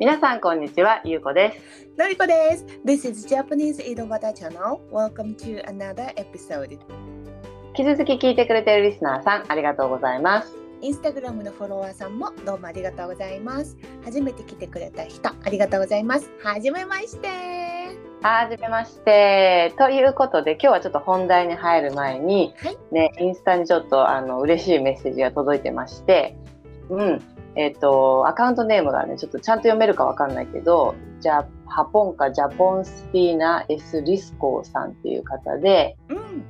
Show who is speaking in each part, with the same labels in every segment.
Speaker 1: 皆さんこんにちは、ゆうこです。
Speaker 2: のりこです。This is Japanese Idowada Channel. Welcome to another episode.
Speaker 1: 引き続き聞いてくれているリスナーさん、ありがとうございます。
Speaker 2: インスタグラムのフォロワーさんもどうもありがとうございます。初めて来てくれた人、ありがとうございます。はじめまして。
Speaker 1: はじめまして。ということで、今日はちょっと本題に入る前に、
Speaker 2: はい
Speaker 1: ね、インスタにちょっとあの嬉しいメッセージが届いてまして、うん。えっ、と、アカウントネームがね、ちょっとちゃんと読めるかわかんないけど、じゃハポンカジャポンスティーナ・エス・リスコーさんっていう方で、
Speaker 2: うん。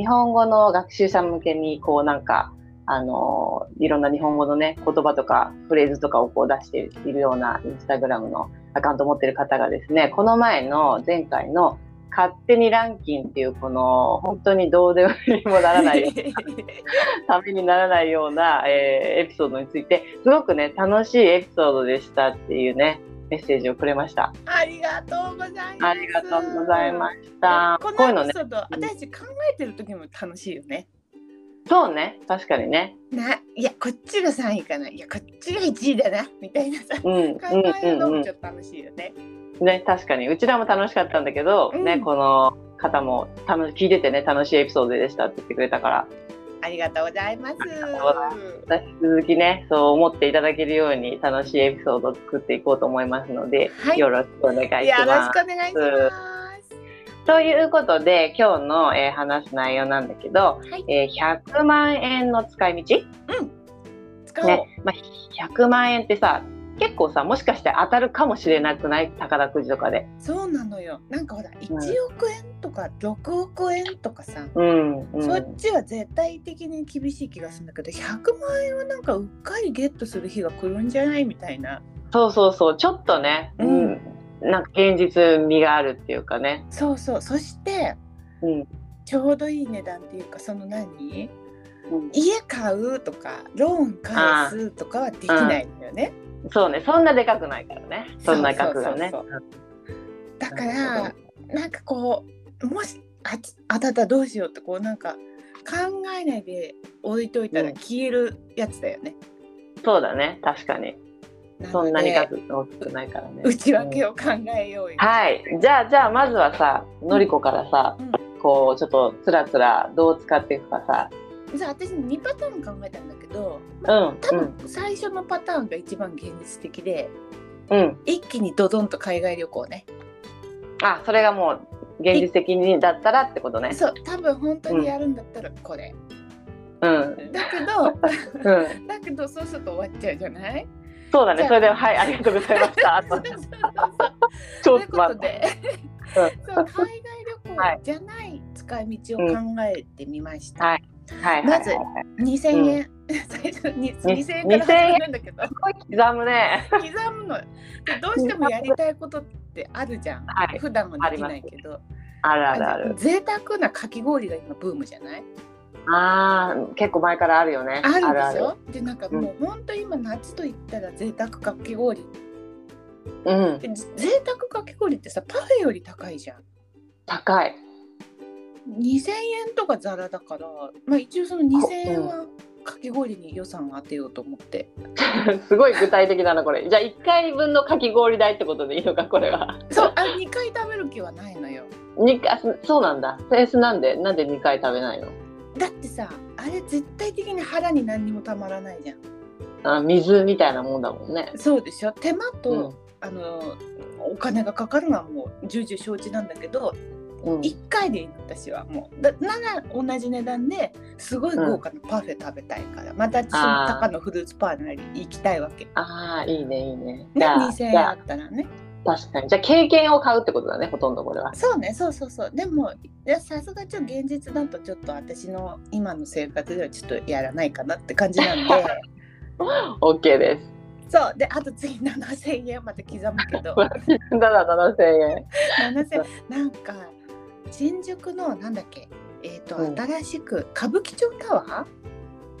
Speaker 1: 日本語の学習者向けにこうなんかあのいろんな日本語のね言葉とかフレーズとかをこう出しているようなインスタグラムのアカウントを持ってる方がですねこの前の前回の「勝手にランキン」っていうこの本当にどうでもいいもならないためにならないような、えーエピソードについてすごくね楽しいエピソードでしたっていうねメッセージをくれました。
Speaker 2: ありがとうございます。
Speaker 1: ありがとうございました。
Speaker 2: こ
Speaker 1: こういう
Speaker 2: の
Speaker 1: の
Speaker 2: エ
Speaker 1: ね
Speaker 2: ピ、ソード、私たち考えてる時も楽しいよね。
Speaker 1: そうね、確かにね。
Speaker 2: ないや、こっちが3位かな。いや、こっちが1位だな。みたいなさ。
Speaker 1: うん、うん、
Speaker 2: 考えるの
Speaker 1: うん、う
Speaker 2: も
Speaker 1: ん
Speaker 2: ち。ょっと楽しいよね。
Speaker 1: ね、確かにうちらも楽しかったんだけど、
Speaker 2: うん
Speaker 1: ねこの方も楽し聞いててね楽しいエピソードでしたって言ってくれたから
Speaker 2: ありがとうございます。
Speaker 1: とうござい私引き続きねそう思っていただけるように楽しいエピソードを作っていこうと思いますので、
Speaker 2: はい
Speaker 1: よろしくお願いし
Speaker 2: よろ
Speaker 1: ま
Speaker 2: し
Speaker 1: す
Speaker 2: く。お願いします。
Speaker 1: ということで今日の、えー話す内容なんだけど、
Speaker 2: はい
Speaker 1: えー100万円の使い道、
Speaker 2: 使おう。
Speaker 1: ねまあ、100万円ってさ結構さもしかして当たるかもしれなくない宝くじとかで。
Speaker 2: そうなのよ。なんかほら、
Speaker 1: ん
Speaker 2: 1億円とか6億円とかさ、
Speaker 1: うんうん、
Speaker 2: そっちは絶対的に厳しい気がするんだけど、100万円はなんかうっかりゲットする日が来るんじゃないみたいな。
Speaker 1: そうそうそうちょっとね、う
Speaker 2: うんん
Speaker 1: なんか現実味があるっていうかね、
Speaker 2: そうそう。そして、
Speaker 1: うん
Speaker 2: ちょうどいい値段っていうか、その何
Speaker 1: うん
Speaker 2: 家買うとか、ローン返すとかはできないんだよね。
Speaker 1: そうねそんなでかくないからねそんな額がね
Speaker 2: そうだか
Speaker 1: な
Speaker 2: ら
Speaker 1: る、
Speaker 2: なんかこう、もしあつ当たったらどうしようって、こうなんか考えないで置いといた
Speaker 1: う
Speaker 2: ら
Speaker 1: ん
Speaker 2: 消えるやつだよね。
Speaker 1: そうだね確かに
Speaker 2: の
Speaker 1: そんなに
Speaker 2: で
Speaker 1: 額大きくないからね
Speaker 2: 内
Speaker 1: うん
Speaker 2: 訳を考えようよ。
Speaker 1: はいじゃあじゃあまずはさのりこからさ、
Speaker 2: うん
Speaker 1: こうちょっとつらつらどう使っていくかさ
Speaker 2: さ私2パターン考えたんだけど、
Speaker 1: う
Speaker 2: まあ
Speaker 1: ん
Speaker 2: 多分最初のパターンが一番現実的で
Speaker 1: うんうん
Speaker 2: 一気にドドンと海外旅行ね。
Speaker 1: あそれがもう現実的にだったらってことね
Speaker 2: そう多分本当にやるんだったらこれ。
Speaker 1: うん
Speaker 2: だけど
Speaker 1: うん
Speaker 2: だけどそうすると終わっちゃうじ ゃない
Speaker 1: そうだね
Speaker 2: じゃあ
Speaker 1: それではいありがとうございましたあ
Speaker 2: そ
Speaker 1: と
Speaker 2: うそうそう そう
Speaker 1: ち
Speaker 2: と
Speaker 1: ょ
Speaker 2: い
Speaker 1: っ
Speaker 2: う
Speaker 1: と待っ
Speaker 2: ことで
Speaker 1: て、う
Speaker 2: そう海外旅
Speaker 1: はい
Speaker 2: 行じゃない使い道を考えてみました。
Speaker 1: はいはいはいはい
Speaker 2: まず2000円、最初 に2000円から始めるんだけど、
Speaker 1: 刻むね。
Speaker 2: 刻むのでどうしてもやりたいことってあるじゃん。
Speaker 1: はい
Speaker 2: 普段はできないけど、
Speaker 1: あるあるある。
Speaker 2: 贅沢なかき氷が今ブームじゃない？
Speaker 1: ああ、結構前からあるよね。
Speaker 2: あるん
Speaker 1: あ
Speaker 2: ですよ。でなんかもう本当今夏と言ったら贅沢かき氷。
Speaker 1: るうん、
Speaker 2: で贅沢かき氷ってさパフェより高いじゃん。
Speaker 1: 高い。
Speaker 2: 2000円とかザラだから、まあ、一応その2000円はかき氷に予算を当てようと思って、
Speaker 1: すごい具体的だな、これ。じゃあ、1回分のかき氷代ってことでいいのか、これは。
Speaker 2: そうあ2回食べる気はないのよ
Speaker 1: 二回、あそそうなんだ。フェースなんで、なんで2回食べないの
Speaker 2: だってさあれ絶対的に腹に何にもたまらないじゃん
Speaker 1: あ水みたいなもんだもんね。
Speaker 2: そうでしょ手間と、
Speaker 1: うん
Speaker 2: あのお金がかかるのはもう重々承知なんだけど、
Speaker 1: うん、
Speaker 2: 1回でいいの私はもうだなら同じ値段ですごい豪華なパフェ食べたいから、またその高のフルーツパーなり行きたいわけ、ね、
Speaker 1: ああ、いいね、いいね。じゃあ、
Speaker 2: 2000
Speaker 1: じ
Speaker 2: 円
Speaker 1: ゃ
Speaker 2: あ
Speaker 1: あ
Speaker 2: ったらね
Speaker 1: 確かに。じゃあ、経験を買うってことだね、ほとんどこれは。
Speaker 2: そうねそうそうそうでもいやさすがちょっと現実だとちょっと私の今の生活ではちょっとやらないかなって感じな んで
Speaker 1: OK です。
Speaker 2: そうであと次7,000円また刻むけど
Speaker 1: ただ、7000円。
Speaker 2: 7,000なんか新宿のなんだっけえっ、と、
Speaker 1: うん
Speaker 2: 新しく歌舞伎町タワ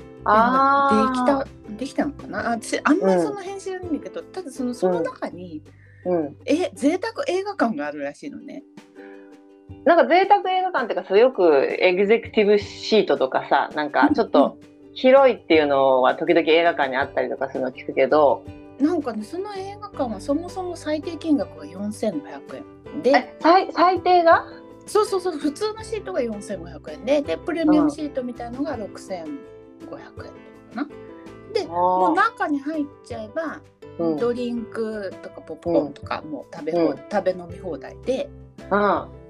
Speaker 2: ーでき
Speaker 1: ああ。
Speaker 2: たできたのかなあ私あんま
Speaker 1: う
Speaker 2: り
Speaker 1: ん
Speaker 2: その辺知らないんだけど、ただそのその中に、
Speaker 1: うん。
Speaker 2: え贅沢映画館があるらしいのね
Speaker 1: なんか贅沢映画館っていうかさよくエグゼクティブシートとかさなんかちょっと広いっていうのは時々映画館にあったりとかするの聞くけど
Speaker 2: なんかねその映画館はそもそも最低金額が4500円で
Speaker 1: え最最低が
Speaker 2: そうそうそう普通のシートが4500円ででプレミアムシートみたいのが6500円とかかな。でもう中に入っちゃえば、
Speaker 1: うんうん
Speaker 2: ドリンクとかポップコーンとかもう食べ,、
Speaker 1: うん
Speaker 2: 食べ飲み放題で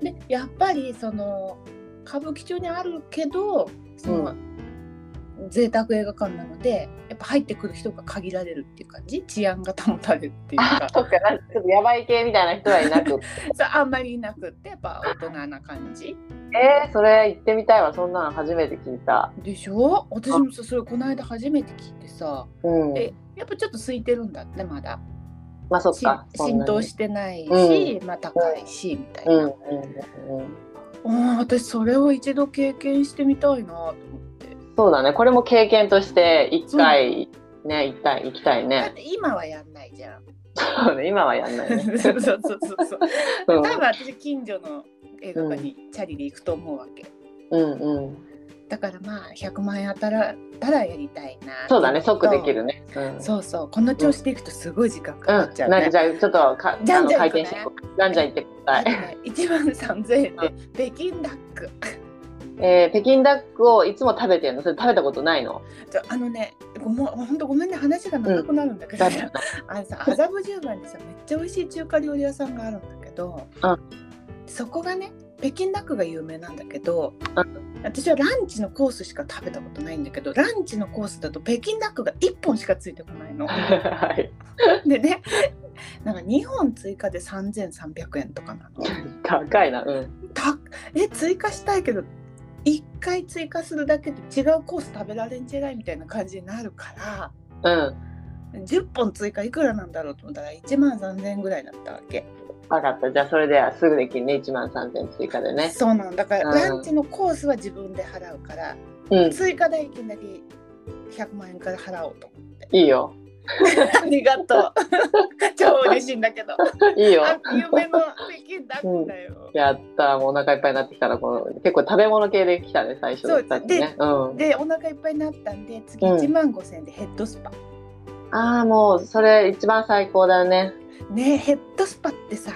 Speaker 2: でやっぱりその歌舞伎町にあるけどその、
Speaker 1: う
Speaker 2: 贅沢映画館なのでやっぱ入ってくる人が限られるっていう感じ治安が保たれるっていう
Speaker 1: あ
Speaker 2: か
Speaker 1: そっかなんかちょっとやばい系みたいな人はいな く
Speaker 2: そうあんまりいなくってやっぱ大人な感じ
Speaker 1: えー、それ行ってみたいわそんなの初めて聞いた
Speaker 2: でしょ私もさそれこの間初めて聞いてさ
Speaker 1: うん
Speaker 2: でやっぱちょっと空いてるんだってまだ
Speaker 1: まあそっ
Speaker 2: し
Speaker 1: かそん
Speaker 2: 浸
Speaker 1: なに
Speaker 2: 透してないし、まあ高いしみたいな、
Speaker 1: うんうんうんうん
Speaker 2: うん私それを一度経験してみたいなと思って
Speaker 1: そうだねこれも経験として一回ね行きたい行きたい
Speaker 2: だっ
Speaker 1: ね
Speaker 2: て今はやんないじゃん
Speaker 1: そうね今はやんない ね、
Speaker 2: そうそうそうそう
Speaker 1: うん
Speaker 2: 多分私近所の映画館にチャリで行くと思うわけ、
Speaker 1: うんうん
Speaker 2: だからまあ100万円当たらたらやりたいな
Speaker 1: そうだね即でき
Speaker 2: る
Speaker 1: るねうん
Speaker 2: そうそうこの調子でいくとすごい時間か
Speaker 1: う
Speaker 2: かっ
Speaker 1: ん、
Speaker 2: ちゃう
Speaker 1: なん
Speaker 2: ね
Speaker 1: か、じゃあちょっとか
Speaker 2: じゃんじゃん
Speaker 1: あの
Speaker 2: 行
Speaker 1: 回
Speaker 2: くね
Speaker 1: 転していこうじゃんじゃん行ってくだ
Speaker 2: あ
Speaker 1: さ
Speaker 2: と
Speaker 1: い、
Speaker 2: ね1万3000円で北京ダック
Speaker 1: えー、北京ダックをいつも食べてんのそれ食べたことないの
Speaker 2: ちょあのねごもほんとごめんね話が長くなるんだけど、
Speaker 1: 大丈夫
Speaker 2: あのさ麻布十番にさめっちゃ美味しい中華料理屋さんがあるんだけど、
Speaker 1: うん
Speaker 2: そこがね北京ダックが有名なんだけど、
Speaker 1: う。
Speaker 2: 私はランチのコースしか食べたことないんだけどランチのコースだと北京ダックが1本しかついてこないの
Speaker 1: はい
Speaker 2: でねなんか2本追加で3300円とかなの。
Speaker 1: 高いなうん
Speaker 2: たえ追加したいけど1回追加するだけで違うコース食べられんじゃないみたいな感じになるから。
Speaker 1: うん
Speaker 2: 10本追加いくらなんだろうと思ったら1万3000円ぐらいだったわけ、
Speaker 1: 分かったじゃあそれではすぐできるね1万3000追加でね
Speaker 2: そうなのだから
Speaker 1: うん
Speaker 2: ランチのコースは自分で払うから、
Speaker 1: うん
Speaker 2: 追加代金だけ100万円から 払おうと思って
Speaker 1: いいよ
Speaker 2: ありがとう 超嬉しいんだ けど
Speaker 1: いいよ
Speaker 2: あ夢の北京ダックだよ、
Speaker 1: やったもうお腹いっぱいになってきたらこの結構食べ物系できたね最初
Speaker 2: そう
Speaker 1: だってねうん
Speaker 2: でお腹いっぱいになったんで次
Speaker 1: うん
Speaker 2: 1万5000円でヘッドスパ、
Speaker 1: ああもうそれ一番最高だね
Speaker 2: ねヘッドスパってさ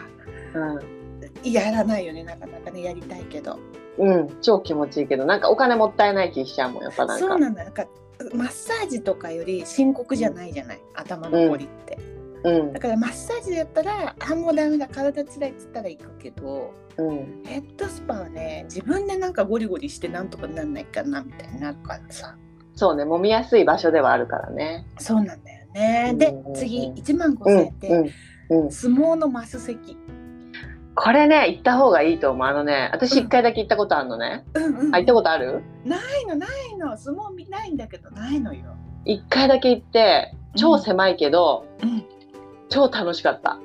Speaker 1: う
Speaker 2: やらないよねなかなかねやりたいけど
Speaker 1: ん、うん、超気持ちいいけどなんかお金もったいない気しちゃうもんやっぱなんか
Speaker 2: そうなんだなんかマッサージとかより深刻じゃないじゃない頭のこりって、
Speaker 1: うん
Speaker 2: だからマッサージやったらあもうダメだ体つらいっつったら行くけど
Speaker 1: うん
Speaker 2: ヘッドスパはね自分でなんかゴリゴリしてなんとかなんないかなみたいになるからさ
Speaker 1: そうね揉みやすい場所ではあるからね
Speaker 2: そうなんだよねで
Speaker 1: うんうんうん
Speaker 2: 次1万
Speaker 1: うん
Speaker 2: 5000円で、
Speaker 1: うんうん
Speaker 2: 相撲のマス席
Speaker 1: これね行った方がいいと思うあのね私一回だけ行ったことあるのね、
Speaker 2: うんうん
Speaker 1: あ行
Speaker 2: ない
Speaker 1: ったことある
Speaker 2: のないの相撲見ないんだけどないのよ、
Speaker 1: 一回だけ行って超狭いけど、
Speaker 2: うん、
Speaker 1: 超楽しかった、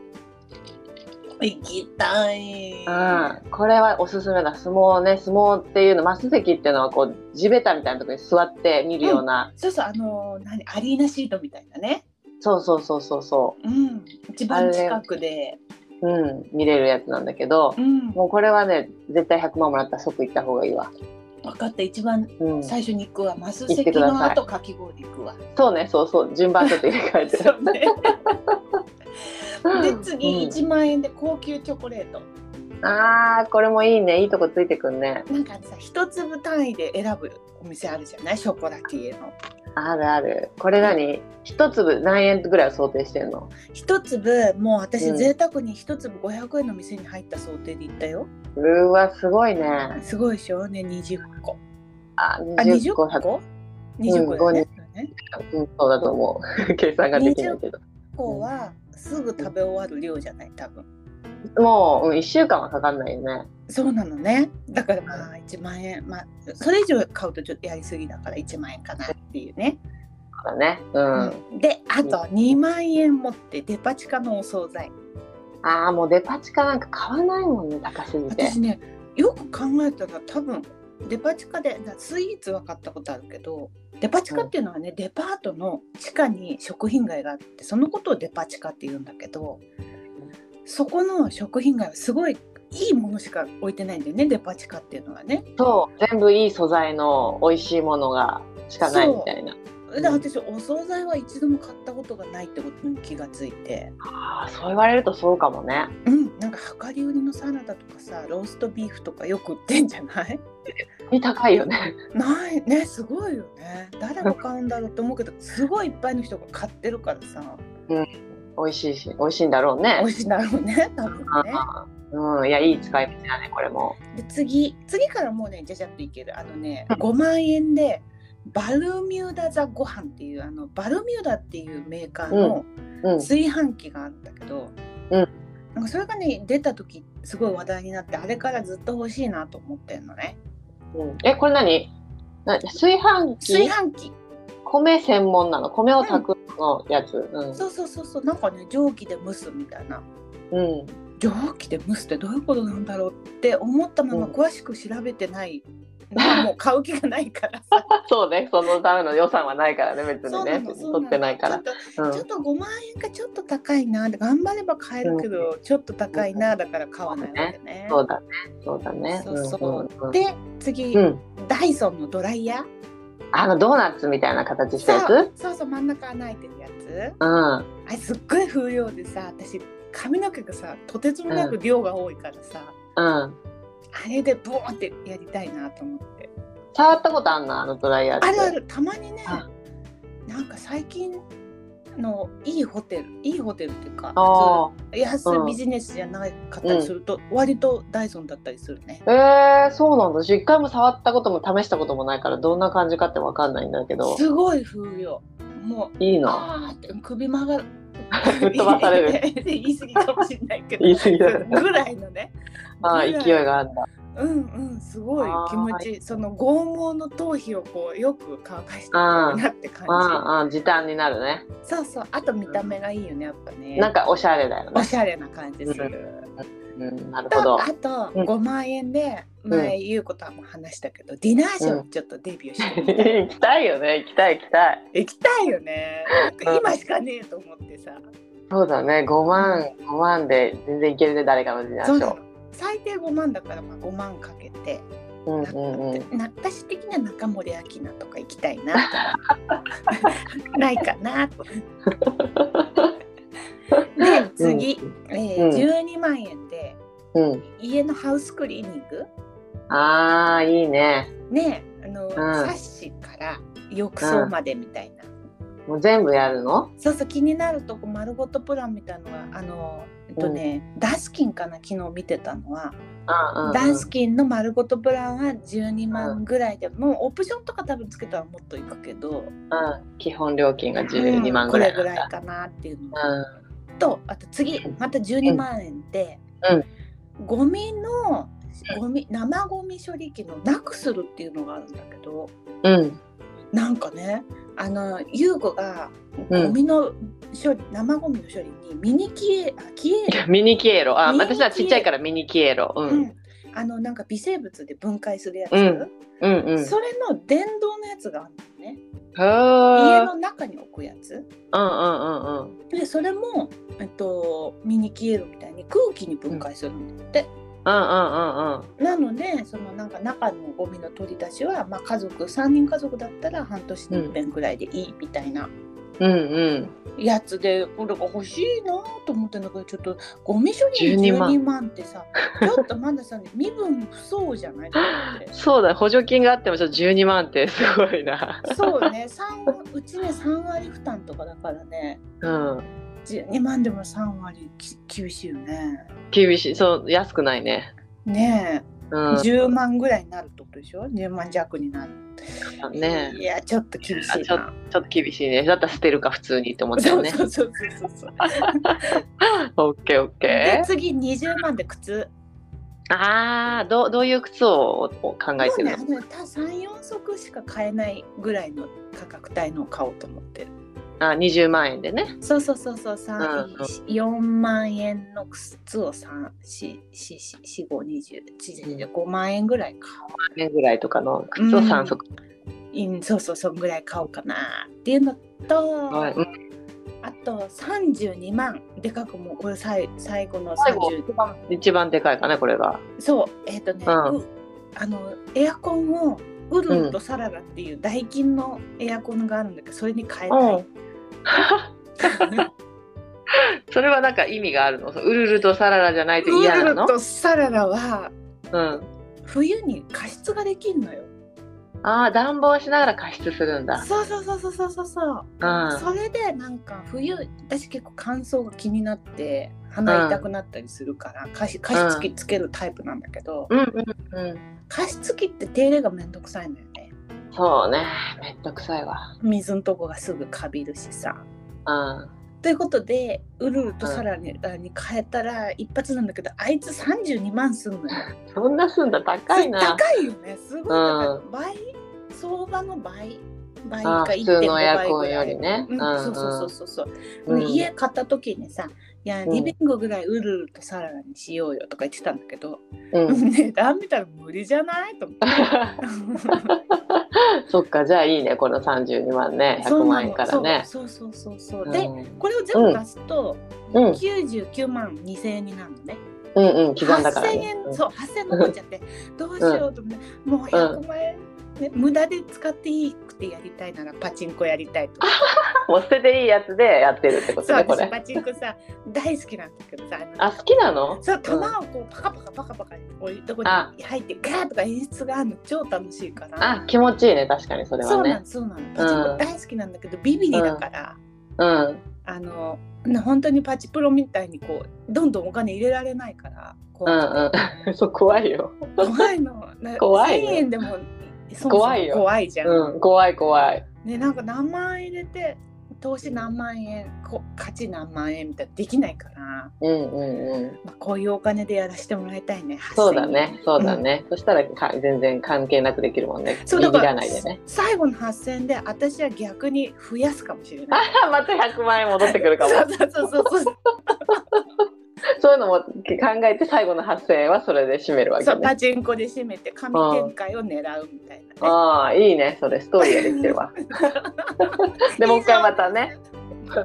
Speaker 2: 行きたい
Speaker 1: うん、これはおすすめだ相撲ね相撲っていうのマス席っていうのはこう地べたみたいなところに座って見るような、
Speaker 2: そうそうあのー何アリーナシートみたいなね
Speaker 1: そうそうそうそうそ
Speaker 2: うん、一番近くで、
Speaker 1: う、うん、見れるやつなんだけど、
Speaker 2: うん、
Speaker 1: もうこれはね絶対100万もらったら即行った方がいいわ、
Speaker 2: 分かった一番
Speaker 1: うん、
Speaker 2: 最初に行くわマス
Speaker 1: 行って
Speaker 2: 席
Speaker 1: くだ
Speaker 2: の
Speaker 1: さい
Speaker 2: 後かき氷行くわ
Speaker 1: そうねそうそう順番ちょっと入れ替えて
Speaker 2: そうねで
Speaker 1: うん
Speaker 2: 次1万円で高級チョコレート、
Speaker 1: あーこれもいいねいいとこついてくんね
Speaker 2: なんかさ一粒単位で選ぶお店あるじゃないショコラティエの
Speaker 1: あるあるこれ何一粒何円ぐらいを想定してんの
Speaker 2: 一粒もう私
Speaker 1: うん
Speaker 2: 贅沢に一粒500円の店に入った想定で行ったよ
Speaker 1: うーわすごいね
Speaker 2: すごいでしょね20個
Speaker 1: あ20
Speaker 2: あ20
Speaker 1: 個
Speaker 2: 個
Speaker 1: 100
Speaker 2: 20個だよね、ね
Speaker 1: うん、そうだと思う 計算ができないけど
Speaker 2: 個はすぐ食べ終わる量じゃない多分
Speaker 1: もう、うん、1週間はかかんないよね。
Speaker 2: そうなのね。だからまあ1万円、まあそれ以上買うとちょっとやりすぎだから1万円かなっていうね。
Speaker 1: からね。うん。
Speaker 2: で、あと2万円持ってデパ地下のお惣菜。
Speaker 1: ああ、もうデパ地下なんか買わないもんね、高すぎて。
Speaker 2: 私ね、よく考えたら多分デパ地下でだスイーツは買ったことあるけど、デパ地下っていうのはね、デパートの地下に食品街があって、そのことをデパ地下って言うんだけど、そこの食品街はすごいいいものしか置いてないんだよね、デパ地下っていうのはね。
Speaker 1: そう、全部いい素材の美味しいものがしかないみたいな。
Speaker 2: で私お惣菜は一度も買ったことがないってことに気がついて、
Speaker 1: ああそう言われるとそうかもね。
Speaker 2: うん、なんか量り売りのサラダとかさローストビーフとかよく売ってんじゃない
Speaker 1: 身高いよね。
Speaker 2: ないねすごいよね誰が買うんだろうって思うけどすごいいっぱいの人が買ってるからさ
Speaker 1: 美味しいし美味しいんだろうね
Speaker 2: 美。味しいんだろうね多分ね
Speaker 1: あーうんいやいい使い道だねこれも。
Speaker 2: で次次からもうねじゃじゃっといけるあのね5万円でバルミューダザご飯っていうあのバルミューダっていうメーカーの
Speaker 1: うん
Speaker 2: 炊飯器があるんだけど、
Speaker 1: うん
Speaker 2: なんかそれがね出た時すごい話題になってあれからずっと欲しいなと思ってるのね
Speaker 1: うん。えこれ何？な炊飯器
Speaker 2: 炊飯器
Speaker 1: 米専門なの米を炊くのやつ。うん。
Speaker 2: そうそうそうそうなんかね蒸気で蒸すみたいな
Speaker 1: うん。
Speaker 2: 蒸気で蒸すってどういうことなんだろうって思ったまま
Speaker 1: うん
Speaker 2: 詳しく調べ てない、なんかもう買う気がないからさ
Speaker 1: そうねそのための予算はないからね別
Speaker 2: そ
Speaker 1: に
Speaker 2: う
Speaker 1: ね
Speaker 2: なのそうな
Speaker 1: 取
Speaker 2: の
Speaker 1: ってないか
Speaker 2: ちょ
Speaker 1: ら
Speaker 2: っ。と
Speaker 1: うん
Speaker 2: ちょっと5万円がちょっと高いなで頑張れば買えるけど、ちょっと高いなだから買わないわけね。
Speaker 1: そうだねそうだね。
Speaker 2: そうそう
Speaker 1: ん
Speaker 2: ん
Speaker 1: ん
Speaker 2: で次、
Speaker 1: うん。
Speaker 2: ダイソンのドライヤー
Speaker 1: あのドーナツみたいな形したやつ。
Speaker 2: そうそうそう真ん中穴開いてるやつ
Speaker 1: うん。
Speaker 2: あれすっごい風量でさ私髪の毛がさとてつもなく量が多いからさ、
Speaker 1: うん。
Speaker 2: あれでボーンってやりたいなと思って
Speaker 1: 触ったことあんのあのドライヤーって。
Speaker 2: あるあるたまにね
Speaker 1: あ
Speaker 2: なんか最近のいいホテルいいホテルっていうか
Speaker 1: ああ。
Speaker 2: 普通安いビジネスじゃなかったりすると、割とダイソンだったりするね。
Speaker 1: えー、そうなんだ私一回も触ったことも試したこともないからどんな感じかってわかんないんだけど
Speaker 2: すごい風量もう
Speaker 1: いいな
Speaker 2: あーって首曲がる
Speaker 1: 吹っ飛ばされ
Speaker 2: る 言い過ぎかもしれ ないけど
Speaker 1: 言い過ぎだね
Speaker 2: ぐらいのね
Speaker 1: あ
Speaker 2: ぐら
Speaker 1: ー
Speaker 2: い
Speaker 1: 勢いがあるんだ
Speaker 2: うんうんすごい気持ちいいその剛毛の頭皮をこうよく乾かしてるなって感
Speaker 1: あーあー時短になるね
Speaker 2: じそうそうあと見た目がいいよねやっぱね
Speaker 1: なんかおしゃれだよ
Speaker 2: お
Speaker 1: ね、
Speaker 2: しゃれな感じする、
Speaker 1: うん、なるほど
Speaker 2: とあと
Speaker 1: うん
Speaker 2: 5万円で前優子とはもう話したけど、ディナーショーちょっとデビューしてみたい
Speaker 1: 行きたいよね行きたい行きたい
Speaker 2: 行きたいよね
Speaker 1: うん
Speaker 2: 今しかねえと思ってさ
Speaker 1: そうだね5万5万で全然いけるね誰かのディナ
Speaker 2: そう
Speaker 1: ーシ
Speaker 2: な
Speaker 1: ョ
Speaker 2: の最低5万だからまあ5万かけて、
Speaker 1: ーうんうんうん
Speaker 2: な私的には中森明菜とか行きたいな とないかなとで次、えー
Speaker 1: うん
Speaker 2: 12万円で
Speaker 1: うん
Speaker 2: 家のハウスクリーニング
Speaker 1: ああいいね
Speaker 2: ねあの、サッシから浴槽までみたいな、
Speaker 1: もう全部やるの
Speaker 2: そうそう気になるとこ丸ごとプランみたいのがあのえっとね、ダスキンかな昨日見てたの
Speaker 1: う
Speaker 2: は、
Speaker 1: んうんうん
Speaker 2: ダンスキンの丸ごとプランは12万ぐらいで、もうオプションとか多分つけたらもっといくけど
Speaker 1: うん基本料金が12万ぐらいな
Speaker 2: こ
Speaker 1: ん
Speaker 2: れぐらい
Speaker 1: だ
Speaker 2: かなっていうの
Speaker 1: うん
Speaker 2: とあと次また12万円で、ゴミのゴミ生ゴミ処理機のなくするっていうのがあるんだけど
Speaker 1: うん
Speaker 2: なんかねあの優子が
Speaker 1: うん
Speaker 2: ゴミの処理、生ゴミの処理にミニキエあキエ
Speaker 1: ミニキエロ。あ、
Speaker 2: ミニキエロ
Speaker 1: 私はちっちゃいからミニキエロ。う。
Speaker 2: うんん、あのなんか微生物で分解するやつ、
Speaker 1: うんうんうん。
Speaker 2: それの電動のやつがあるんだよね。
Speaker 1: へー
Speaker 2: 家の中に置くやつ
Speaker 1: うんうんうんうん。
Speaker 2: でそれも、えっと、ミニキエロみたいに空気に分解するんだって、
Speaker 1: うんうんうんうん。
Speaker 2: なのでそのなんか中のゴミの取り出しは、まあ、家族3人家族だったら半年に一遍くらいでいいみたいな
Speaker 1: うんうん。
Speaker 2: やつで、これが欲しいなと思ってんだけどちょっとゴミ処理に
Speaker 1: 12万
Speaker 2: ,12 万ってさちょっとまださ身分不相応じゃないと思って。
Speaker 1: そうだ、補助金があってもちょっと12万ってすごいな。
Speaker 2: そうね3うちね3割負担とかだからね
Speaker 1: うん。
Speaker 2: 12万でも3割き厳しいよね。
Speaker 1: 厳しい。そう、安くないね。
Speaker 2: ねえ
Speaker 1: うん。
Speaker 2: 10万ぐらいになるってことでしょ10万弱になる
Speaker 1: ね
Speaker 2: いやちょっと厳しい
Speaker 1: あちょっ
Speaker 2: な
Speaker 1: ちょっと厳しいね。だったら捨てるか普通にって思った
Speaker 2: そ
Speaker 1: よ
Speaker 2: う
Speaker 1: ね。
Speaker 2: そうそうそうそう
Speaker 1: オッケーオッケ
Speaker 2: で次20万で靴
Speaker 1: ー。ああ、どうどういう靴をを考
Speaker 2: も
Speaker 1: え
Speaker 2: う
Speaker 1: て
Speaker 2: ね
Speaker 1: る
Speaker 2: あのた34足しか買えないぐらいの価格帯のを買おうと思ってる
Speaker 1: の？あ、20万円でね。
Speaker 2: そうそうそうそう三
Speaker 1: うんうん
Speaker 2: 4万円の靴を3452045万円ぐらいか
Speaker 1: 万円ぐらいとかの靴を3足。
Speaker 2: うんそうそうそんぐらい買おうかなっていうのと、
Speaker 1: はいうん
Speaker 2: あと32万でかくもうこれ最最後の
Speaker 1: 最後
Speaker 2: 30
Speaker 1: 一番一番でかいかなこれが。
Speaker 2: そうえっ、とね、
Speaker 1: うん
Speaker 2: うあのエアコンをウルンとサララっていうダイキンのエアコンがあるんだけどそれに変えたい、
Speaker 1: それはなんか意味があるのそのウルルとサララじゃない と嫌
Speaker 2: ウ
Speaker 1: な
Speaker 2: ルル
Speaker 1: の
Speaker 2: とサララは
Speaker 1: うん
Speaker 2: 冬に加湿ができるのよ
Speaker 1: ああ暖房しながら加湿するんだ
Speaker 2: そうそうそうそうそうそうそう
Speaker 1: うん
Speaker 2: それでなんか冬私結構乾燥が気になって鼻痛くなったりするから、加湿加湿器つけるタイプなんだけど、
Speaker 1: うんうんうん
Speaker 2: 加湿器って手入れがめんどくさいんだよね
Speaker 1: そうねめんどくさいわ
Speaker 2: 水のとこがすぐかびるしさ
Speaker 1: うん
Speaker 2: ということでウルルとサラに,、に変えたら一発なんだけどあいつ32万すんのよ
Speaker 1: そんなすんだ高いな
Speaker 2: 高いよねすごい高い、倍相場の倍倍
Speaker 1: あ
Speaker 2: か
Speaker 1: あ普
Speaker 2: 1.5
Speaker 1: 通のエア
Speaker 2: 倍
Speaker 1: コ
Speaker 2: ぐ
Speaker 1: ンよ
Speaker 2: ら
Speaker 1: り
Speaker 2: い
Speaker 1: ね
Speaker 2: うんそうそうそうそう
Speaker 1: うん
Speaker 2: 家買った時にさ「いや
Speaker 1: うん
Speaker 2: リビングぐらいウルルとサラダにしようよ」とか言ってたんだけど、
Speaker 1: うん
Speaker 2: 値段見たら無理じゃないと思って
Speaker 1: そっかじゃあいいねこの32万ね100
Speaker 2: そうな
Speaker 1: 万
Speaker 2: の
Speaker 1: 円からね
Speaker 2: そうそうそうそ
Speaker 1: う
Speaker 2: うそう、
Speaker 1: ん
Speaker 2: でこれを全部足すと
Speaker 1: うんうん
Speaker 2: 99万2000円になるのね、
Speaker 1: うん刻んだから
Speaker 2: 8000
Speaker 1: ね
Speaker 2: 円そう8000円残っちゃってどうしようと思って、もう100万円、ね、無駄で使っていいくてやりたいならパチンコやりたいとか
Speaker 1: もう捨てていいやつでやってるってこと
Speaker 2: そう
Speaker 1: ねこ
Speaker 2: 私
Speaker 1: れ
Speaker 2: パチンコさ大好きなんだけどさあの
Speaker 1: あ好きなの
Speaker 2: そう玉をこうパカパカパカパカこういうとこ
Speaker 1: あ
Speaker 2: に入ってガーッとか演出があるの超楽しいから
Speaker 1: あ気持ちいいね確かにそれ
Speaker 2: そ
Speaker 1: は
Speaker 2: うな
Speaker 1: ね
Speaker 2: のそうなのパチンコ大好きなんだけど、ビビリだから、
Speaker 1: うん
Speaker 2: あのな本当にパチプロみたいにこうどんどんお金入れられないからこ
Speaker 1: うんうん そう怖いよ
Speaker 2: 怖いのな
Speaker 1: 怖い
Speaker 2: 1000
Speaker 1: よ
Speaker 2: 円でもそもそも
Speaker 1: 怖いよ
Speaker 2: 怖いじゃん、
Speaker 1: うん怖い怖い
Speaker 2: ねなんか何万円入れて投資何万円こ価値何万円みたいなできないから、
Speaker 1: うんうんうん
Speaker 2: まあ、こういうお金でやらせてもらいたいね
Speaker 1: そうだねそうだ
Speaker 2: ね
Speaker 1: ねそしたらか全然関係なくできるもんね
Speaker 2: そう
Speaker 1: ビ
Speaker 2: だ
Speaker 1: ビ
Speaker 2: からら
Speaker 1: ないでね
Speaker 2: 最後の8000円で私は逆に増やすかもしれない。
Speaker 1: あまた100万円戻ってくるかも
Speaker 2: そうそうそうそう
Speaker 1: そういうのも考えて最後の発生はそれで締めるわけ
Speaker 2: そう
Speaker 1: ね
Speaker 2: パチンコで締めて紙展開を狙うみたいな、ね。
Speaker 1: ああいいねそれストーリーができてるわでもう一回またね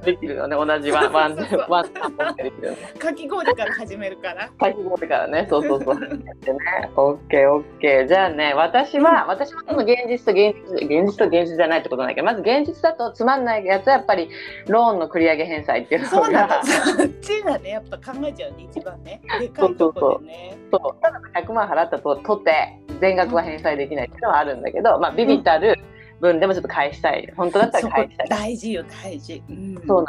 Speaker 1: できるよね同じワンワン
Speaker 2: そうそうそう
Speaker 1: ワンタン持ってできるよね
Speaker 2: かき氷から始めるから。
Speaker 1: 先持って からねそうそうそうやってねオッケーオッケーじゃあね私は、私はその現実と現実現実と現実じゃないってことないけどまず現実だとつまんないやつはやっぱりローンの繰り上げ返済っていうのが
Speaker 2: そうなんだ。そっちがねやっぱ考えちゃうね一番ね。でかいとこでね。
Speaker 1: そうただ100万払ったととて全額は返済できないっていうのはあるんだけど、まあ、ビビたる分でもちょっと返したい本当だったら
Speaker 2: そ
Speaker 1: 返
Speaker 2: こ
Speaker 1: したいっ
Speaker 2: 大事よ大事。うん
Speaker 1: そう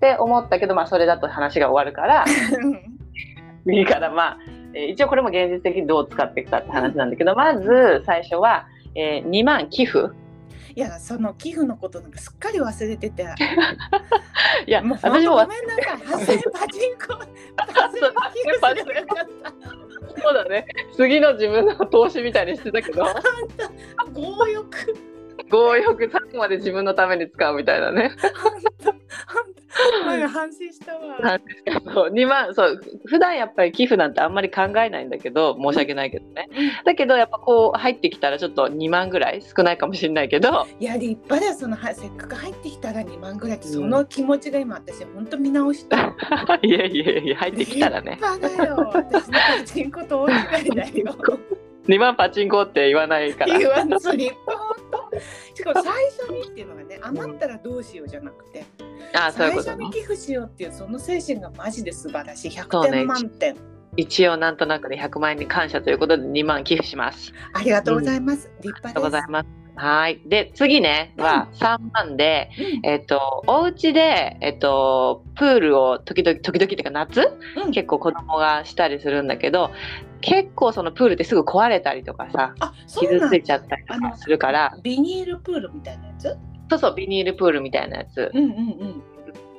Speaker 1: て思ったけど、まあ、それだと話が終わるから いいからまあ、えー一応これも現実的にどう使っていくかって話なんだけどまず最初は、えー2万寄付
Speaker 2: いやその寄付のことなんかすっかり忘れてて。
Speaker 1: いや
Speaker 2: もう
Speaker 1: 私も
Speaker 2: ご
Speaker 1: わ
Speaker 2: めんなさい。8000円パチンコ。8000円寄付すればよかった。
Speaker 1: そうだね次の自分の投資みたいにしてたけ ど
Speaker 2: 強欲。
Speaker 1: 強欲最後まで自分のために使うみたいなね
Speaker 2: 本当本当なんか反省した わ。
Speaker 1: そう2万そう普段やっぱり寄付なんてあんまり考えないんだけど申し訳ないけどねだけどやっぱこう入ってきたらちょっと2万ぐらい少ないかもしれないけど
Speaker 2: いや立派だよそのはせっかく入ってきたら2万ぐらいって
Speaker 1: うん
Speaker 2: その気持ちが今私本当見直した。
Speaker 1: いやいやいや入ってきたらね
Speaker 2: 立派だよ。私のパチンコと大違いだ よ。
Speaker 1: 2万パチンコって言わないから
Speaker 2: 言わんと立派本当。しかも最初にっていうのがね余ったらどうしようじゃなくて、
Speaker 1: ああそういう
Speaker 2: 最
Speaker 1: こと
Speaker 2: 初に
Speaker 1: ね
Speaker 2: 寄付しようっていうその精神がマジで素晴らしい
Speaker 1: そう
Speaker 2: 100
Speaker 1: ね
Speaker 2: 点満点、
Speaker 1: 一応なんとなくで100万円に感謝ということで2万寄付しますあ
Speaker 2: ありがとうございます、立
Speaker 1: りがと
Speaker 2: 派
Speaker 1: うござ
Speaker 2: で
Speaker 1: い
Speaker 2: す。
Speaker 1: ますはいで次ねは3万で、
Speaker 2: うん
Speaker 1: えっとお家でえっとプールを時々時々っていうか夏
Speaker 2: うん
Speaker 1: 結構子供がしたりするんだけど結構そのプールってすぐ壊れたりとかさ
Speaker 2: あそう
Speaker 1: 傷
Speaker 2: なん
Speaker 1: つ
Speaker 2: だ
Speaker 1: いちゃったりと
Speaker 2: あ
Speaker 1: か
Speaker 2: の
Speaker 1: するから
Speaker 2: ビニールプールみたいなやつ？
Speaker 1: そうそうビニールプールみたいなやつ
Speaker 2: うんうんうん。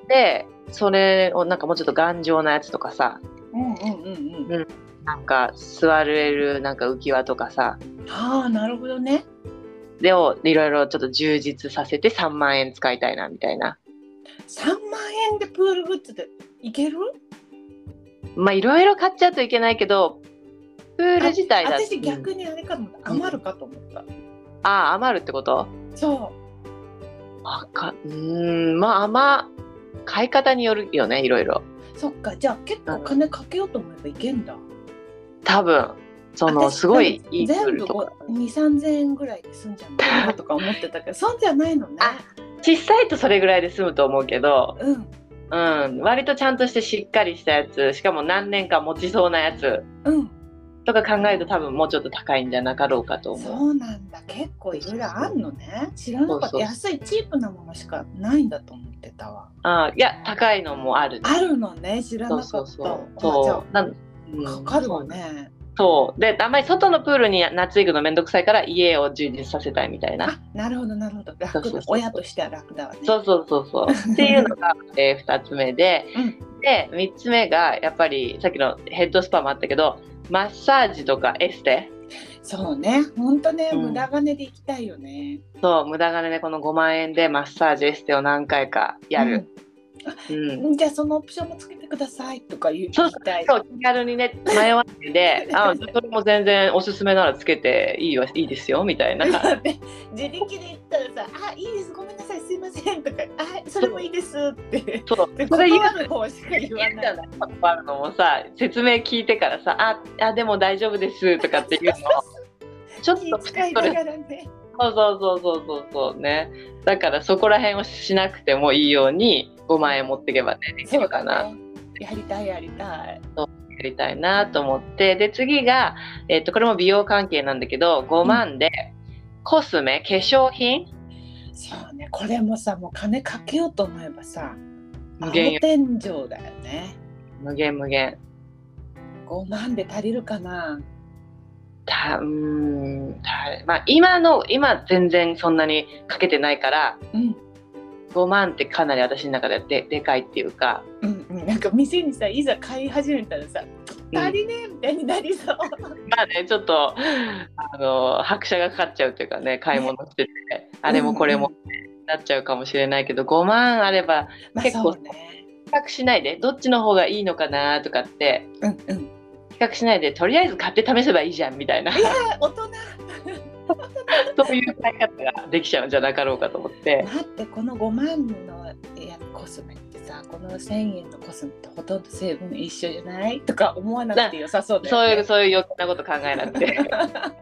Speaker 1: でそれをなんかもうちょっと頑丈なやつとかさ
Speaker 2: うんうんうん
Speaker 1: なんか座れるなんか浮き輪とかさ
Speaker 2: うん。ああ、なるほどね。
Speaker 1: でをいろいろちょっと充実させて3万円使いたいなみたいな
Speaker 2: 三万円でプールグッズでいける？
Speaker 1: まあいろいろ買っちゃうといけないけどプール自体だ
Speaker 2: 私
Speaker 1: うん
Speaker 2: 逆にあれかと思った。余るかと思った。
Speaker 1: ああ余るってこと
Speaker 2: そ
Speaker 1: あかうーんまあ余買い方によるよねいろいろ
Speaker 2: う。そっか。じゃあ結構金かけようと思えばいけんだ。
Speaker 1: 多分そのすごいいい
Speaker 2: 全
Speaker 1: ル
Speaker 2: 部
Speaker 1: とか
Speaker 2: 二三千円ぐらいで済んじゃうのかなとか思ってたけど、そうじゃないのね。
Speaker 1: あ小さいとそれぐらいで済むと思うけど、
Speaker 2: うん、
Speaker 1: うん、割とちゃんとしてしっかりしたやつしかも何年間持ちそうなやつ
Speaker 2: うん、
Speaker 1: とか考えると多分もうちょっと高いんじゃなかろうかと
Speaker 2: そ
Speaker 1: 思う。
Speaker 2: うなんだ。結構いろいろあんのね。知らなか
Speaker 1: そ
Speaker 2: った。
Speaker 1: うそう
Speaker 2: 安いチープなものしかないんだと思ってたわ。
Speaker 1: あいや高いのもある、
Speaker 2: あるのね。知らな
Speaker 1: そ
Speaker 2: か
Speaker 1: う
Speaker 2: った。
Speaker 1: そうそう
Speaker 2: あじゃ
Speaker 1: そうなん、う
Speaker 2: あ
Speaker 1: ん
Speaker 2: かかるわね。
Speaker 1: そうであんまり外のプールに夏行くのめんどくさいから家を充実させたいみたいな
Speaker 2: あ、なるほどなるほど。
Speaker 1: そうそ
Speaker 2: 楽
Speaker 1: うそ
Speaker 2: だ
Speaker 1: う。
Speaker 2: 親としては楽だわね。
Speaker 1: そうそうそうそうっていうのが、え2つ目で、
Speaker 2: うん
Speaker 1: で3つ目がやっぱりさっきのヘッドスパもあったけどマッサージとかエステ
Speaker 2: そうね。本当ね、
Speaker 1: うん
Speaker 2: 無駄金で行きたいよね。
Speaker 1: そう無駄金でこの5万円でマッサージエステを何回かやる、うん
Speaker 2: うん。じゃあそのオプションもつけてくださいとか言い
Speaker 1: そう
Speaker 2: たい。
Speaker 1: そう気軽にね迷わない であそれも全然おすすめならつけていいよいいですよみたいな
Speaker 2: で 自力で言ったらさ「あいいですごめんなさいすいません」とか「あそれもいいです」って
Speaker 1: そう
Speaker 2: で
Speaker 1: それ言う
Speaker 2: 断る方しか言わ
Speaker 1: 言うじ
Speaker 2: な
Speaker 1: ゃ
Speaker 2: い。
Speaker 1: ないあるのもさ説明聞いてからさ「ああでも大丈夫です」とかっていうの ちょっ
Speaker 2: 気
Speaker 1: と
Speaker 2: 遣いながらね。
Speaker 1: そうそうそうそうそうそうねだからそこら辺をしなくてもいいように5万円持っていけばねできるかな、
Speaker 2: そうだね。やりたいやりたい。
Speaker 1: やりたいなと思ってで次が、えっとこれも美容関係なんだけど5万で、コスメ化粧品
Speaker 2: そうねこれもさもう金かけようと思えばさ
Speaker 1: 無
Speaker 2: 青
Speaker 1: 限よ
Speaker 2: 天井だよね。
Speaker 1: 無限無限
Speaker 2: 5万で足りるかな。
Speaker 1: たうーんたまあ今の今全然そんなにかけてないから
Speaker 2: うん
Speaker 1: 5万ってかなり私の中でででかいっていうか
Speaker 2: うんうん、なんか店にさいざ買い始めたらさ
Speaker 1: うん
Speaker 2: 足りねえみたいにな りそう。
Speaker 1: まあねちょっとあの拍車がかかっちゃうというかね買い物 してて、あれもこれも、なっちゃうかもしれないけど5万あれば
Speaker 2: まあ
Speaker 1: 結構
Speaker 2: そうね。
Speaker 1: 比較しないでどっちの方がいいのかなとかって
Speaker 2: うんうん。
Speaker 1: 比較しないでとりあえず買って試せばいいじゃんみたいな
Speaker 2: 大人
Speaker 1: そういう買い方ができちゃうんじゃなかろうかと思って
Speaker 2: 待ってこの5万のいやコスメってさこの1,000円のコスメとほとんど成分一緒じゃないとか思わなくて良さそうだ
Speaker 1: そうい
Speaker 2: よ、ね
Speaker 1: う、そういう余計なこと考えなくて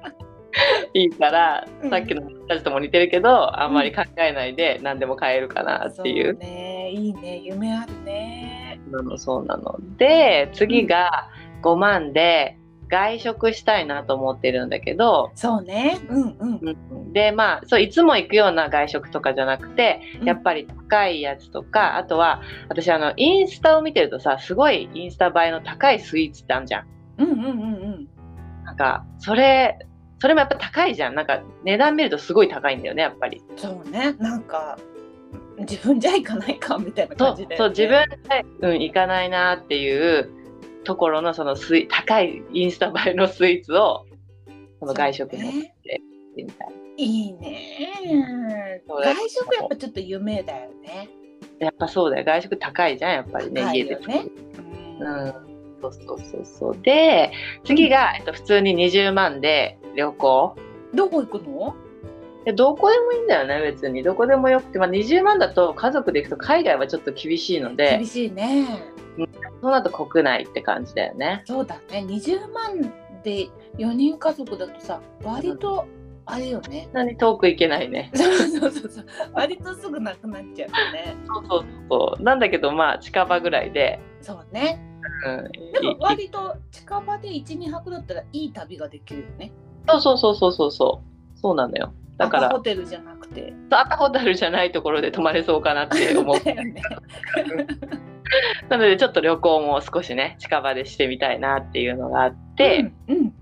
Speaker 1: いいから、
Speaker 2: うん
Speaker 1: さっきの私とも似てるけどあんまり考えないで何でも買えるかなっていう
Speaker 2: そうねいいね夢あるね
Speaker 1: なのそうなので次が5万で外食したいなと思ってるんだけど、
Speaker 2: そうねうんうん
Speaker 1: うんでまあそういつも行くような外食とかじゃなくてやっ
Speaker 2: り
Speaker 1: ぱり高いやつとかあとは私あのインスタを見てるとさすごいインスタ映えの高いスイーツってあるじゃん。
Speaker 2: うんうんうんうん
Speaker 1: なんかそれそれもやっぱ高いじゃんなんか値段見るとすごい高いんだよねやっぱり
Speaker 2: そうねなんか自分じゃいかないかみたいな
Speaker 1: そ
Speaker 2: 感
Speaker 1: う
Speaker 2: じで、
Speaker 1: そう自分で、うん、行かないなっていうところのそのスイ高いインスタ映えのスイーツ をその外食に
Speaker 2: そう
Speaker 1: 持っ
Speaker 2: ね
Speaker 1: てみたい、
Speaker 2: いいね
Speaker 1: そう
Speaker 2: 外食やっぱちょっと夢だよね
Speaker 1: やっぱそうだよ外食高いじゃんやっぱりね
Speaker 2: 高い
Speaker 1: 家で
Speaker 2: よね
Speaker 1: う
Speaker 2: うん
Speaker 1: んそうそうそうそうで次が、えっと、普通に20万で旅行
Speaker 2: どこ行くの
Speaker 1: でどこでもいいんだよね別にどこでもよくて、まあ、20万だと家族で行くと海外はちょっと厳しいので
Speaker 2: 厳しいね
Speaker 1: そうなると国内って感じだよね
Speaker 2: そうだね20万で4人家族だとさ割とあれよね、
Speaker 1: そんなに遠く行けないね
Speaker 2: そうそうそうそう割とすぐなくなっちゃうよね
Speaker 1: そうそうそうなんだけどまあ近場ぐらいで、
Speaker 2: そうね
Speaker 1: うん、
Speaker 2: でも
Speaker 1: い
Speaker 2: 割と近場で12泊だったらいい旅ができるよね
Speaker 1: そうそうそうそうそうそうそうなのよだか
Speaker 2: アパホ
Speaker 1: ら
Speaker 2: テルじゃなくて
Speaker 1: 赤ホタルじゃないところで泊まれそうかなって 思う
Speaker 2: だよね
Speaker 1: なのでちょっと旅行も少しね近場でしてみたいなっていうのがあって、
Speaker 2: うん、うん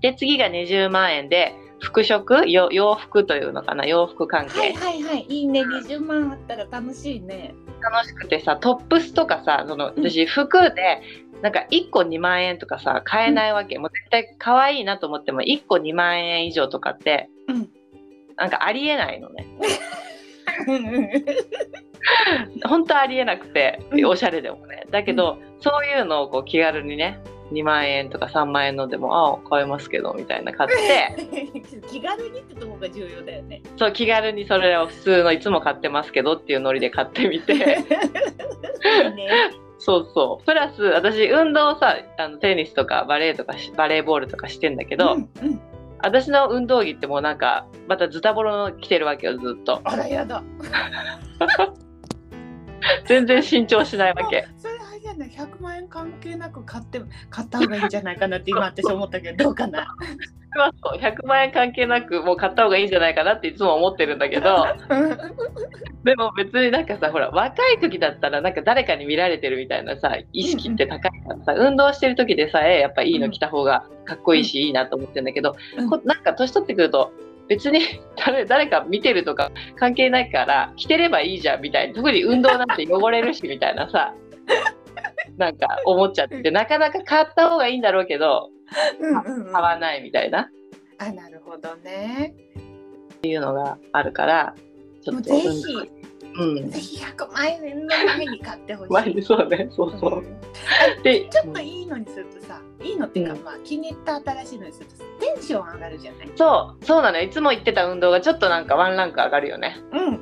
Speaker 1: で次が20万円で服飾よ洋服というのかな洋服関係、
Speaker 2: はいはいはいいいね20万あったら楽しいね
Speaker 1: 楽しくてさトップスとかさその
Speaker 2: うん
Speaker 1: 私服でなんか1個2万円とかさ買えないわけ、もう絶対可愛いなと思っても1個2万円以上とかって、
Speaker 2: うん
Speaker 1: なんかありえないのね
Speaker 2: うんうん
Speaker 1: 本当ありえなくて
Speaker 2: うん
Speaker 1: おしゃれでもねだけど、そういうのをこう気軽にね2万円とか3万円のでもあ買えますけどみたいな買って
Speaker 2: 気軽にってとこが重要だよね
Speaker 1: そう気軽にそれを普通のいつも買ってますけどっていうノリで買ってみて
Speaker 2: いいね
Speaker 1: そうそう。プラス、私、運動さ、あのテニスとかバレーとかし、バレーボールとかしてんだけど、
Speaker 2: うんうん、
Speaker 1: 私の運動着ってもうなんか、またズタボロの着てるわけよ、ずっと。
Speaker 2: あらやだ
Speaker 1: 全然新調しないわけ。
Speaker 2: それあれじゃない100万円関係なく買って買った方がいいんじゃないかなって今私思ったけどどうかな
Speaker 1: まあそう100万円関係なく、もう買った方がいいんじゃないかなっていつも思ってるんだけど、でも別になんかさ、ほら、若い時だったら、なんか誰かに見られてるみたいなさ、意識って高いからさ、運動してる時でさえ、やっぱいいの着た方がかっこいいし、いいなと思ってるんだけど、
Speaker 2: うん
Speaker 1: こなんか年取ってくると、別に 誰誰か見てるとか関係ないから、着てればいいじゃんみたいな、特に運動なんて汚れるしみたいな さ、なんか思っちゃってて、なかなか買った方がいいんだろうけど、
Speaker 2: うんうんうん
Speaker 1: 買
Speaker 2: あ
Speaker 1: わないみたいな、
Speaker 2: なるほどね
Speaker 1: あるから、ちょ
Speaker 2: もう
Speaker 1: っと
Speaker 2: ぜ
Speaker 1: 運動、
Speaker 2: ひ
Speaker 1: うん
Speaker 2: ぜ。ひ100万円の前に買ってほし
Speaker 1: 前
Speaker 2: い
Speaker 1: にそうね、そうそうう。
Speaker 2: ん
Speaker 1: で、
Speaker 2: ちょっといいのにするとさいいのっていうか、
Speaker 1: う
Speaker 2: まあ気に入った新しいのにするとテンション上がるじゃない
Speaker 1: そう、そうなのよ。いつも言ってた運動がちょっとなんかワンランク上がるよね。
Speaker 2: うん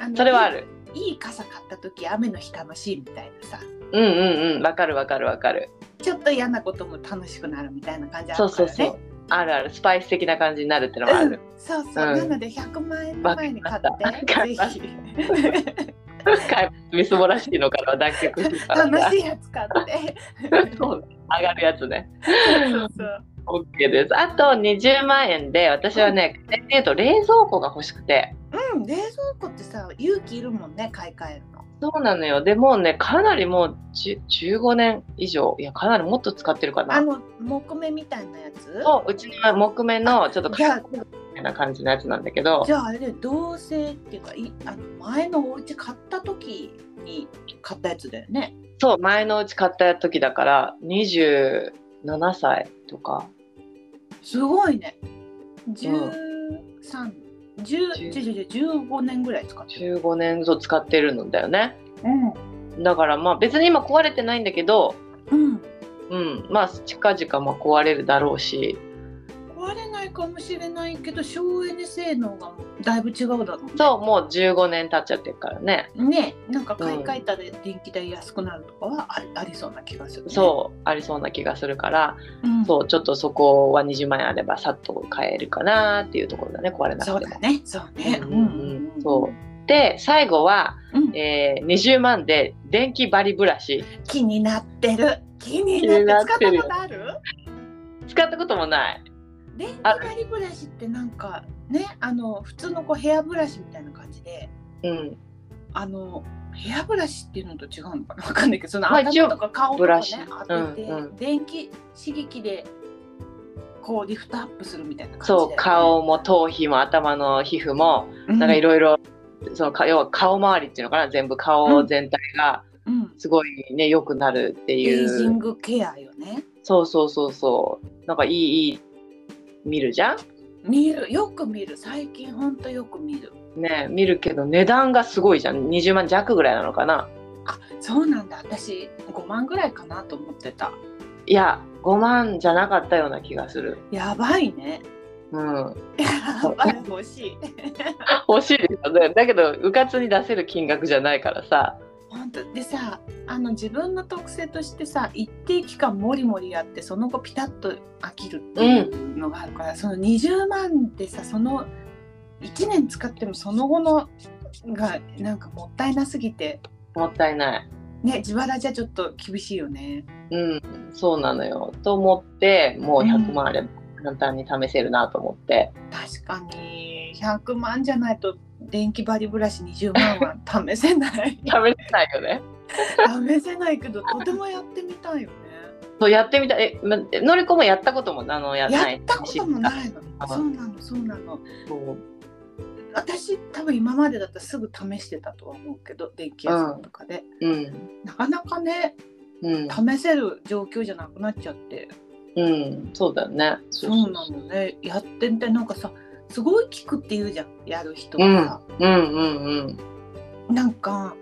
Speaker 2: あの
Speaker 1: それはある。
Speaker 2: いいいい傘買った時雨の日楽しいみたいなさ
Speaker 1: うんうんうん。わかるわかるわかる。
Speaker 2: ちょっと嫌なことも楽しくなるみたいな感じあるから
Speaker 1: そう
Speaker 2: ね
Speaker 1: そうそう。あるある。スパイス的な感じになるってのはあ る。
Speaker 2: そうそう、なので100万円の前に買
Speaker 1: わか
Speaker 2: っ
Speaker 1: ってた
Speaker 2: ぜ
Speaker 1: わかっ
Speaker 2: ひ
Speaker 1: 買い物みすぼらしいのからは脱却するから。
Speaker 2: 楽しいやつ買って
Speaker 1: そうね上がるやつね。
Speaker 2: そうそう、
Speaker 1: OK です。あと20万円で、私はね、家庭で言うと冷蔵庫が欲しくて。
Speaker 2: うん、冷蔵庫ってさ勇気いるもんね買い替えるの
Speaker 1: そうなのよ。でもうね、かなりもう10 15年以上、いや、かなりもっと使ってるか
Speaker 2: あ
Speaker 1: な。
Speaker 2: の木目みたいなやつ
Speaker 1: そう、うちの木目のちょっと
Speaker 2: じゃ
Speaker 1: カ
Speaker 2: あ
Speaker 1: ラーみたいな感じのやつなんだけど
Speaker 2: じ。ゃああれで同棲っていうかいあの前のお家買った時に買ったやつだよね
Speaker 1: そう前のうち買った時だから27歳とか
Speaker 2: すごいね1315年ぐらい使ってる、
Speaker 1: 15年そう使ってるんだよね
Speaker 2: う
Speaker 1: だからまあ別に今壊れてないんだけど
Speaker 2: んうん、
Speaker 1: うんまあ近々まあ壊れるだろうし
Speaker 2: 壊れないかもしれないけど省エネ性能がだいぶ違うだろうね
Speaker 1: そうもう15年経っちゃってるからね
Speaker 2: ねなんか買い替えたら電気代安くなるとかはあり,、ありそうな気がする、ね、
Speaker 1: そうありそうな気がするから
Speaker 2: うん、
Speaker 1: そうちょっとそこは20万円あればさっと買えるかなっていうところだね壊れな
Speaker 2: そ
Speaker 1: く
Speaker 2: う
Speaker 1: て
Speaker 2: だ
Speaker 1: も。
Speaker 2: ねそうね
Speaker 1: うんうんうんそうで最後は、
Speaker 2: うん
Speaker 1: えー20万で電気バリブラシ
Speaker 2: 気になってる気になって
Speaker 1: 気にな
Speaker 2: 使ったこ
Speaker 1: ってる
Speaker 2: とある
Speaker 1: 使ったこともない。
Speaker 2: 電気バリブラシってなんかねあの普通のこうヘアブラシみたいな感じで
Speaker 1: うん
Speaker 2: あのヘアブラシっていうのと違うのかなわ かんないけどその
Speaker 1: まあ一応
Speaker 2: 頭とか顔と
Speaker 1: ブ
Speaker 2: か
Speaker 1: ラ
Speaker 2: ね
Speaker 1: シ
Speaker 2: 当てて、
Speaker 1: うんうん
Speaker 2: 電気刺激でこうリフトアップするみたいな感じで、
Speaker 1: そう顔も頭皮も頭の皮膚も
Speaker 2: うん
Speaker 1: なんかいろいろそのか要は顔周りっていうのかな全部顔全体が
Speaker 2: うん
Speaker 1: すごいね良くなるって
Speaker 2: エ
Speaker 1: い
Speaker 2: イジン
Speaker 1: う
Speaker 2: グケアよね
Speaker 1: そうそうそうそうなんかいいいい見るじゃん
Speaker 2: 見るよく見る最近ほんとよく見る
Speaker 1: ね見るけど値段がすごいじゃん20万弱ぐらいなのかな
Speaker 2: あそうなんだ私5万ぐらいかなと思ってた
Speaker 1: いや5万じゃなかったような気がする
Speaker 2: やばいね
Speaker 1: うん
Speaker 2: やばい欲しい
Speaker 1: 欲しいですよねだけどうかつに出せる金額じゃないからさ
Speaker 2: 本当でさあの自分の特性としてさ一定期間モリモリやってその後ピタッと飽きるっていうのがあるから、その20万でさその1年使ってもその後のがなんかもったいなすぎて
Speaker 1: もったいない
Speaker 2: ね自腹じゃちょっと厳しいよね。
Speaker 1: うん、そうなのよ。と思って、もう
Speaker 2: うん
Speaker 1: 100万あれば簡単に試せるなと思って。
Speaker 2: 確かに100万じゃないと電気バリブラシ20万は試せない
Speaker 1: 試せないよね。
Speaker 2: 試せないけどとてもやってみたいよね。
Speaker 1: そうやってみたい。え、まのりこもやったこともあのやな
Speaker 2: や
Speaker 1: い
Speaker 2: ったことも
Speaker 1: い。
Speaker 2: ないの
Speaker 1: あ
Speaker 2: そうなのそうなの。
Speaker 1: そう
Speaker 2: 私多分今までだったらすぐ試してたとは思うけど電気屋さんとかで、
Speaker 1: うん。
Speaker 2: なかなかね
Speaker 1: うん。
Speaker 2: 試せる状況じゃなくなっちゃって
Speaker 1: うん。そうだよね。そ
Speaker 2: そうなのねやってみてなんかさすごい効くって言うじゃんやる人
Speaker 1: うん
Speaker 2: が、
Speaker 1: うんうんうん。
Speaker 2: なんか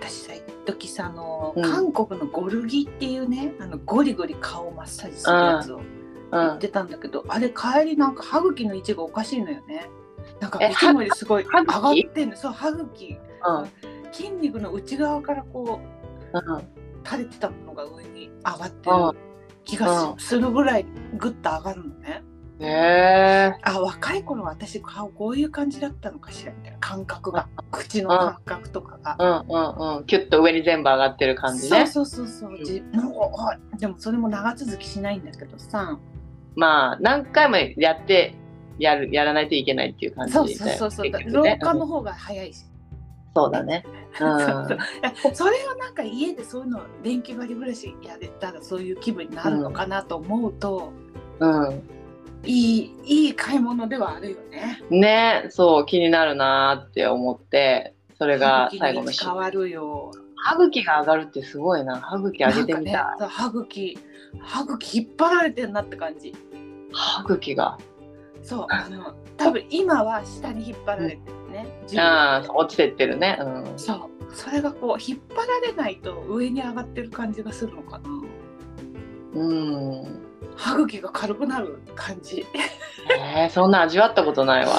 Speaker 2: 私さ一時さあの、
Speaker 1: うん
Speaker 2: 韓国のゴルギっていうねあのゴリゴリ顔マッサージするやつを
Speaker 1: う
Speaker 2: やっ
Speaker 1: ん。
Speaker 2: てたんだけど、あれ帰りなんか歯茎の位置がおかしいのよねなんか
Speaker 1: え
Speaker 2: いつもよりすごい
Speaker 1: 歯
Speaker 2: 上
Speaker 1: 歯
Speaker 2: がっ
Speaker 1: 茎
Speaker 2: てんのそう歯茎筋肉の内側からこう
Speaker 1: うん。
Speaker 2: 垂れてたものが上に上がって
Speaker 1: う
Speaker 2: る気が
Speaker 1: うん
Speaker 2: しするぐらいグッと上がるのね。
Speaker 1: ん。へえ。
Speaker 2: あ若い頃は私顔こういう感じだったのかしらみたいな感覚が口の感覚とか
Speaker 1: う
Speaker 2: が。
Speaker 1: んうんうん。キュッと上に全部上がってる感じね。
Speaker 2: そうそうそうそう、じなんかあでもそれも長続きしないんだけどさ
Speaker 1: まあ何回もやってやるやらないといけないっていう感じ
Speaker 2: そう
Speaker 1: で
Speaker 2: そうそうそう、
Speaker 1: 結局
Speaker 2: 老
Speaker 1: ね
Speaker 2: 化の方が早いし、
Speaker 1: うんそうだね。う
Speaker 2: そ
Speaker 1: ん
Speaker 2: う。そうそれをなんか家でそういうの電気張り暮らしやれたらそういう気分になるのかなと思うと、
Speaker 1: うん。
Speaker 2: いいいい買い物ではあるよね。
Speaker 1: ねそう気になるなーって思ってそれが最後の
Speaker 2: 歯茎
Speaker 1: し
Speaker 2: に変わるよ。
Speaker 1: 歯茎が上がるってすごいな歯茎上げてみたい、
Speaker 2: なんかね、歯茎歯茎引っ張られてるなって感じ。
Speaker 1: 歯茎が
Speaker 2: そうあの多分今は下に引っ張られてるね。重
Speaker 1: あ
Speaker 2: 力で
Speaker 1: ー落ちてってるねうん
Speaker 2: そうそれがこう引っ張られないと上に上がってる感じがするのかな。
Speaker 1: うん
Speaker 2: 歯茎が軽くなる感じ。
Speaker 1: えー、そんな味わったことないわ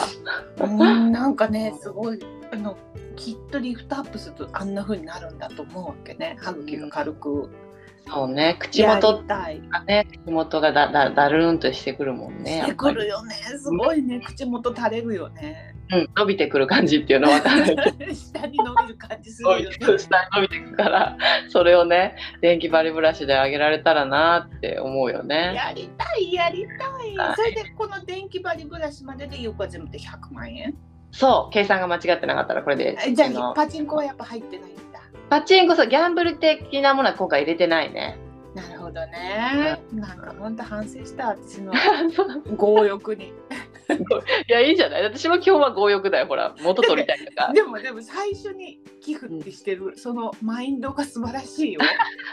Speaker 2: うんなんかねすごいあのきっとリフトアップするとあんな風になるんだと思うわけね歯茎が軽く
Speaker 1: そうね口
Speaker 2: や
Speaker 1: 元
Speaker 2: りたい
Speaker 1: がね口元がだだだるーんとしてくるもんね
Speaker 2: してくるよねすごいね口元垂れるよ ね
Speaker 1: やっぱりうん、伸びてくる感じっていうのは分かん ないけど
Speaker 2: 下に伸びる感じするよね
Speaker 1: 下に伸びてくからそれをね電気バリブラシで上げられたらなーって思うよね
Speaker 2: やりたいやりた
Speaker 1: はい
Speaker 2: いそれでこの電気針ブラシまででよくは全部で100万円
Speaker 1: そう計算が間違ってなかったらこれで
Speaker 2: えじゃ
Speaker 1: あの
Speaker 2: あパチンコはやっぱ入ってないんだ
Speaker 1: パチンコそうギャンブル的なものは今回入れてないね。
Speaker 2: なるほどねなんかほんと反省した私の
Speaker 1: い
Speaker 2: 強欲に
Speaker 1: や いいじゃない私も今日は強欲だよほら元取りたいとか
Speaker 2: でもでも最初に寄付ってしてる、そのマインドが素晴らしい よ。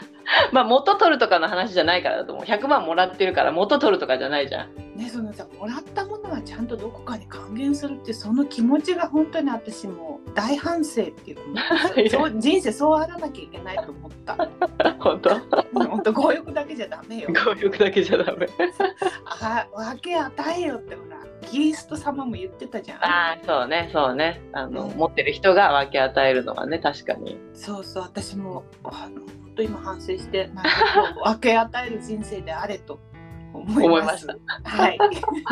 Speaker 1: まあ元取るとかの話じゃないからだと思う100万もらってるから元取るとかじゃないじゃん
Speaker 2: ねそのさもらったものはちゃんとどこかに還元するってその気持ちが本当に私もう大反省って いうそう人生そうあらなきゃいけないと思った。
Speaker 1: 本当
Speaker 2: 本当強欲だけじゃダメよ。
Speaker 1: 強欲だけじゃダメ
Speaker 2: あ分け与えよってほらキリスト様も言ってたじゃん。
Speaker 1: ああそうねそうねあの、持ってる人が分け与えるのはね確かに
Speaker 2: そうそう私もあの本当今反省してなんかこう分け与える人生であれと思います。
Speaker 1: 思
Speaker 2: はい。
Speaker 1: わ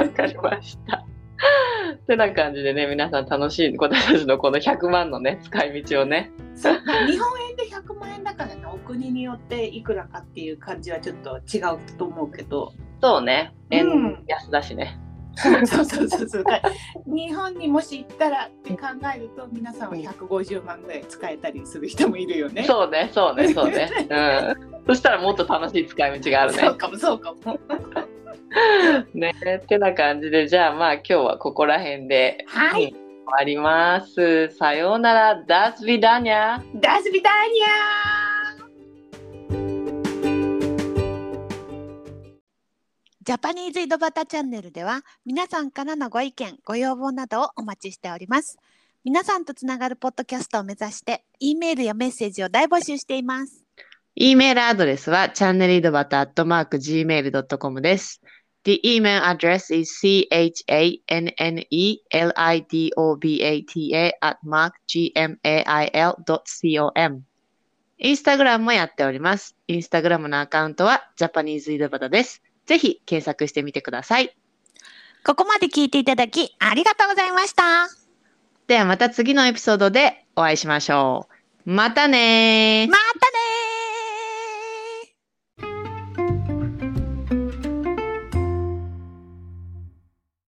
Speaker 1: かりました てな感じでね皆さん楽しい私たちのこの100万のね使い道をね
Speaker 2: そうまあ日本円で100万円だからねお国によっていくらかっていう感じはちょっと違うと思うけど
Speaker 1: そうね円
Speaker 2: うん
Speaker 1: 安だしね、
Speaker 2: そうそうそうそう日本にもし行ったらって考えると皆さんは150万ぐらい使えたりする人もいるよね。
Speaker 1: そうねそう ねそうねうんそしたらもっと楽しい使い道がある
Speaker 2: そ
Speaker 1: ね
Speaker 2: うかもそうかも。
Speaker 1: ねってな感じでじゃあまあ今日はここら辺で
Speaker 2: はい。
Speaker 1: 終わりますさようならダスビダニャ
Speaker 2: ダスビタニア
Speaker 3: ジャパニーズ井戸端チャンネルでは皆さんからのご意見ご要望などをお待ちしております皆さんとつながるポッドキャストを目指して E メールやメッセージを大募集しています
Speaker 1: E メールアドレスは channelidobata.gmail.com です。The email address is chanelidobata at mark gmail.com インスタグラムもやっております。インスタグラムのアカウントはジャパニーズ井戸端です。ぜひ検索してみてください。
Speaker 3: ここまで聞いていただきありがとうございました
Speaker 1: ではまた次のエピソードでお会いしましょう。またねー
Speaker 3: またね